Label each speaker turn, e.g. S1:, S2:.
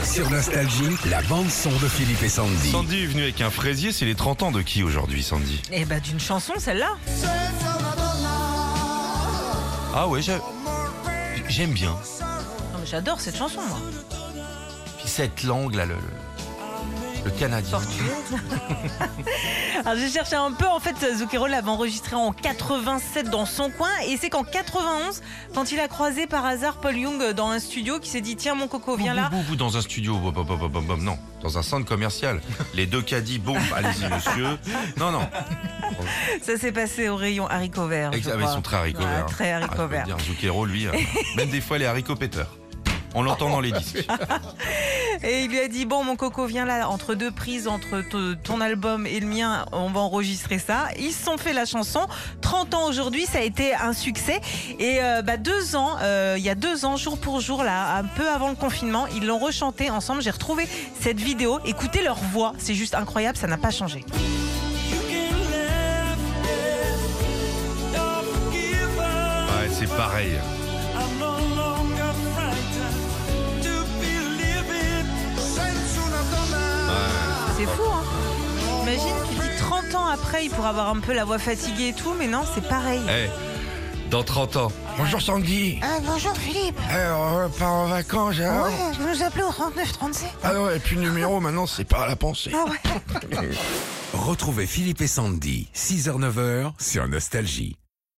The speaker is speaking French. S1: Sur Nostalgie, la bande-son de Philippe et Sandy.
S2: Sandy est venu avec un fraisier, c'est les 30 ans de qui aujourd'hui, Sandy
S3: Eh ben d'une chanson celle-là.
S2: Ah ouais, j'a- j'aime bien.
S3: Non, mais J'adore cette chanson moi.
S2: Puis cette langue là, le, le- le canadien.
S3: Alors j'ai cherché un peu en fait Zucchero l'avait enregistré en 87 dans son coin et c'est qu'en 91 quand il a croisé par hasard Paul Young dans un studio qui s'est dit tiens mon coco viens là.
S2: Bou, bou, bou, dans un studio, bou, bou, bou, bou, bou, bou, non, dans un centre commercial. Les deux caddies, boum, allez-y monsieur. Non, non,
S3: Ça s'est passé au rayon haricots verts. Ah, je
S2: Ex- ah, mais
S3: crois.
S2: ils sont très haricots
S3: Ouais,
S2: verts.
S3: très
S2: Ah,
S3: haricots
S2: je peux
S3: verts.
S2: dire, Zucchero, lui, euh, même des fois les haricots péteurs. On l'entend dans les disques.
S3: Et il lui a dit bon mon coco viens là entre deux prises entre te- ton album et le mien on va enregistrer ça. Ils se sont fait la chanson. 30 ans aujourd'hui ça a été un succès et euh, bah, deux ans euh, il y a deux ans jour pour jour là un peu avant le confinement ils l'ont rechanté ensemble. J'ai retrouvé cette vidéo. Écoutez leur voix c'est juste incroyable ça n'a pas changé.
S2: Ouais, c'est pareil.
S3: C'est fou hein. Imagine tu dis 30 ans après il pourrait avoir un peu la voix fatiguée et tout mais non c'est pareil.
S2: Eh, dans 30 ans. Eh,
S1: Bonjour Sandy.
S4: Ah, bonjour Philippe.
S1: Alors, on part en vacances, alors
S4: Ouais, je vous appelais au 3937.
S1: Ah non, et puis le numéro, maintenant, c'est par la pensée.
S4: Ah ouais.
S1: Retrouvez Philippe et Sandy, 6h-9h, sur Nostalgie.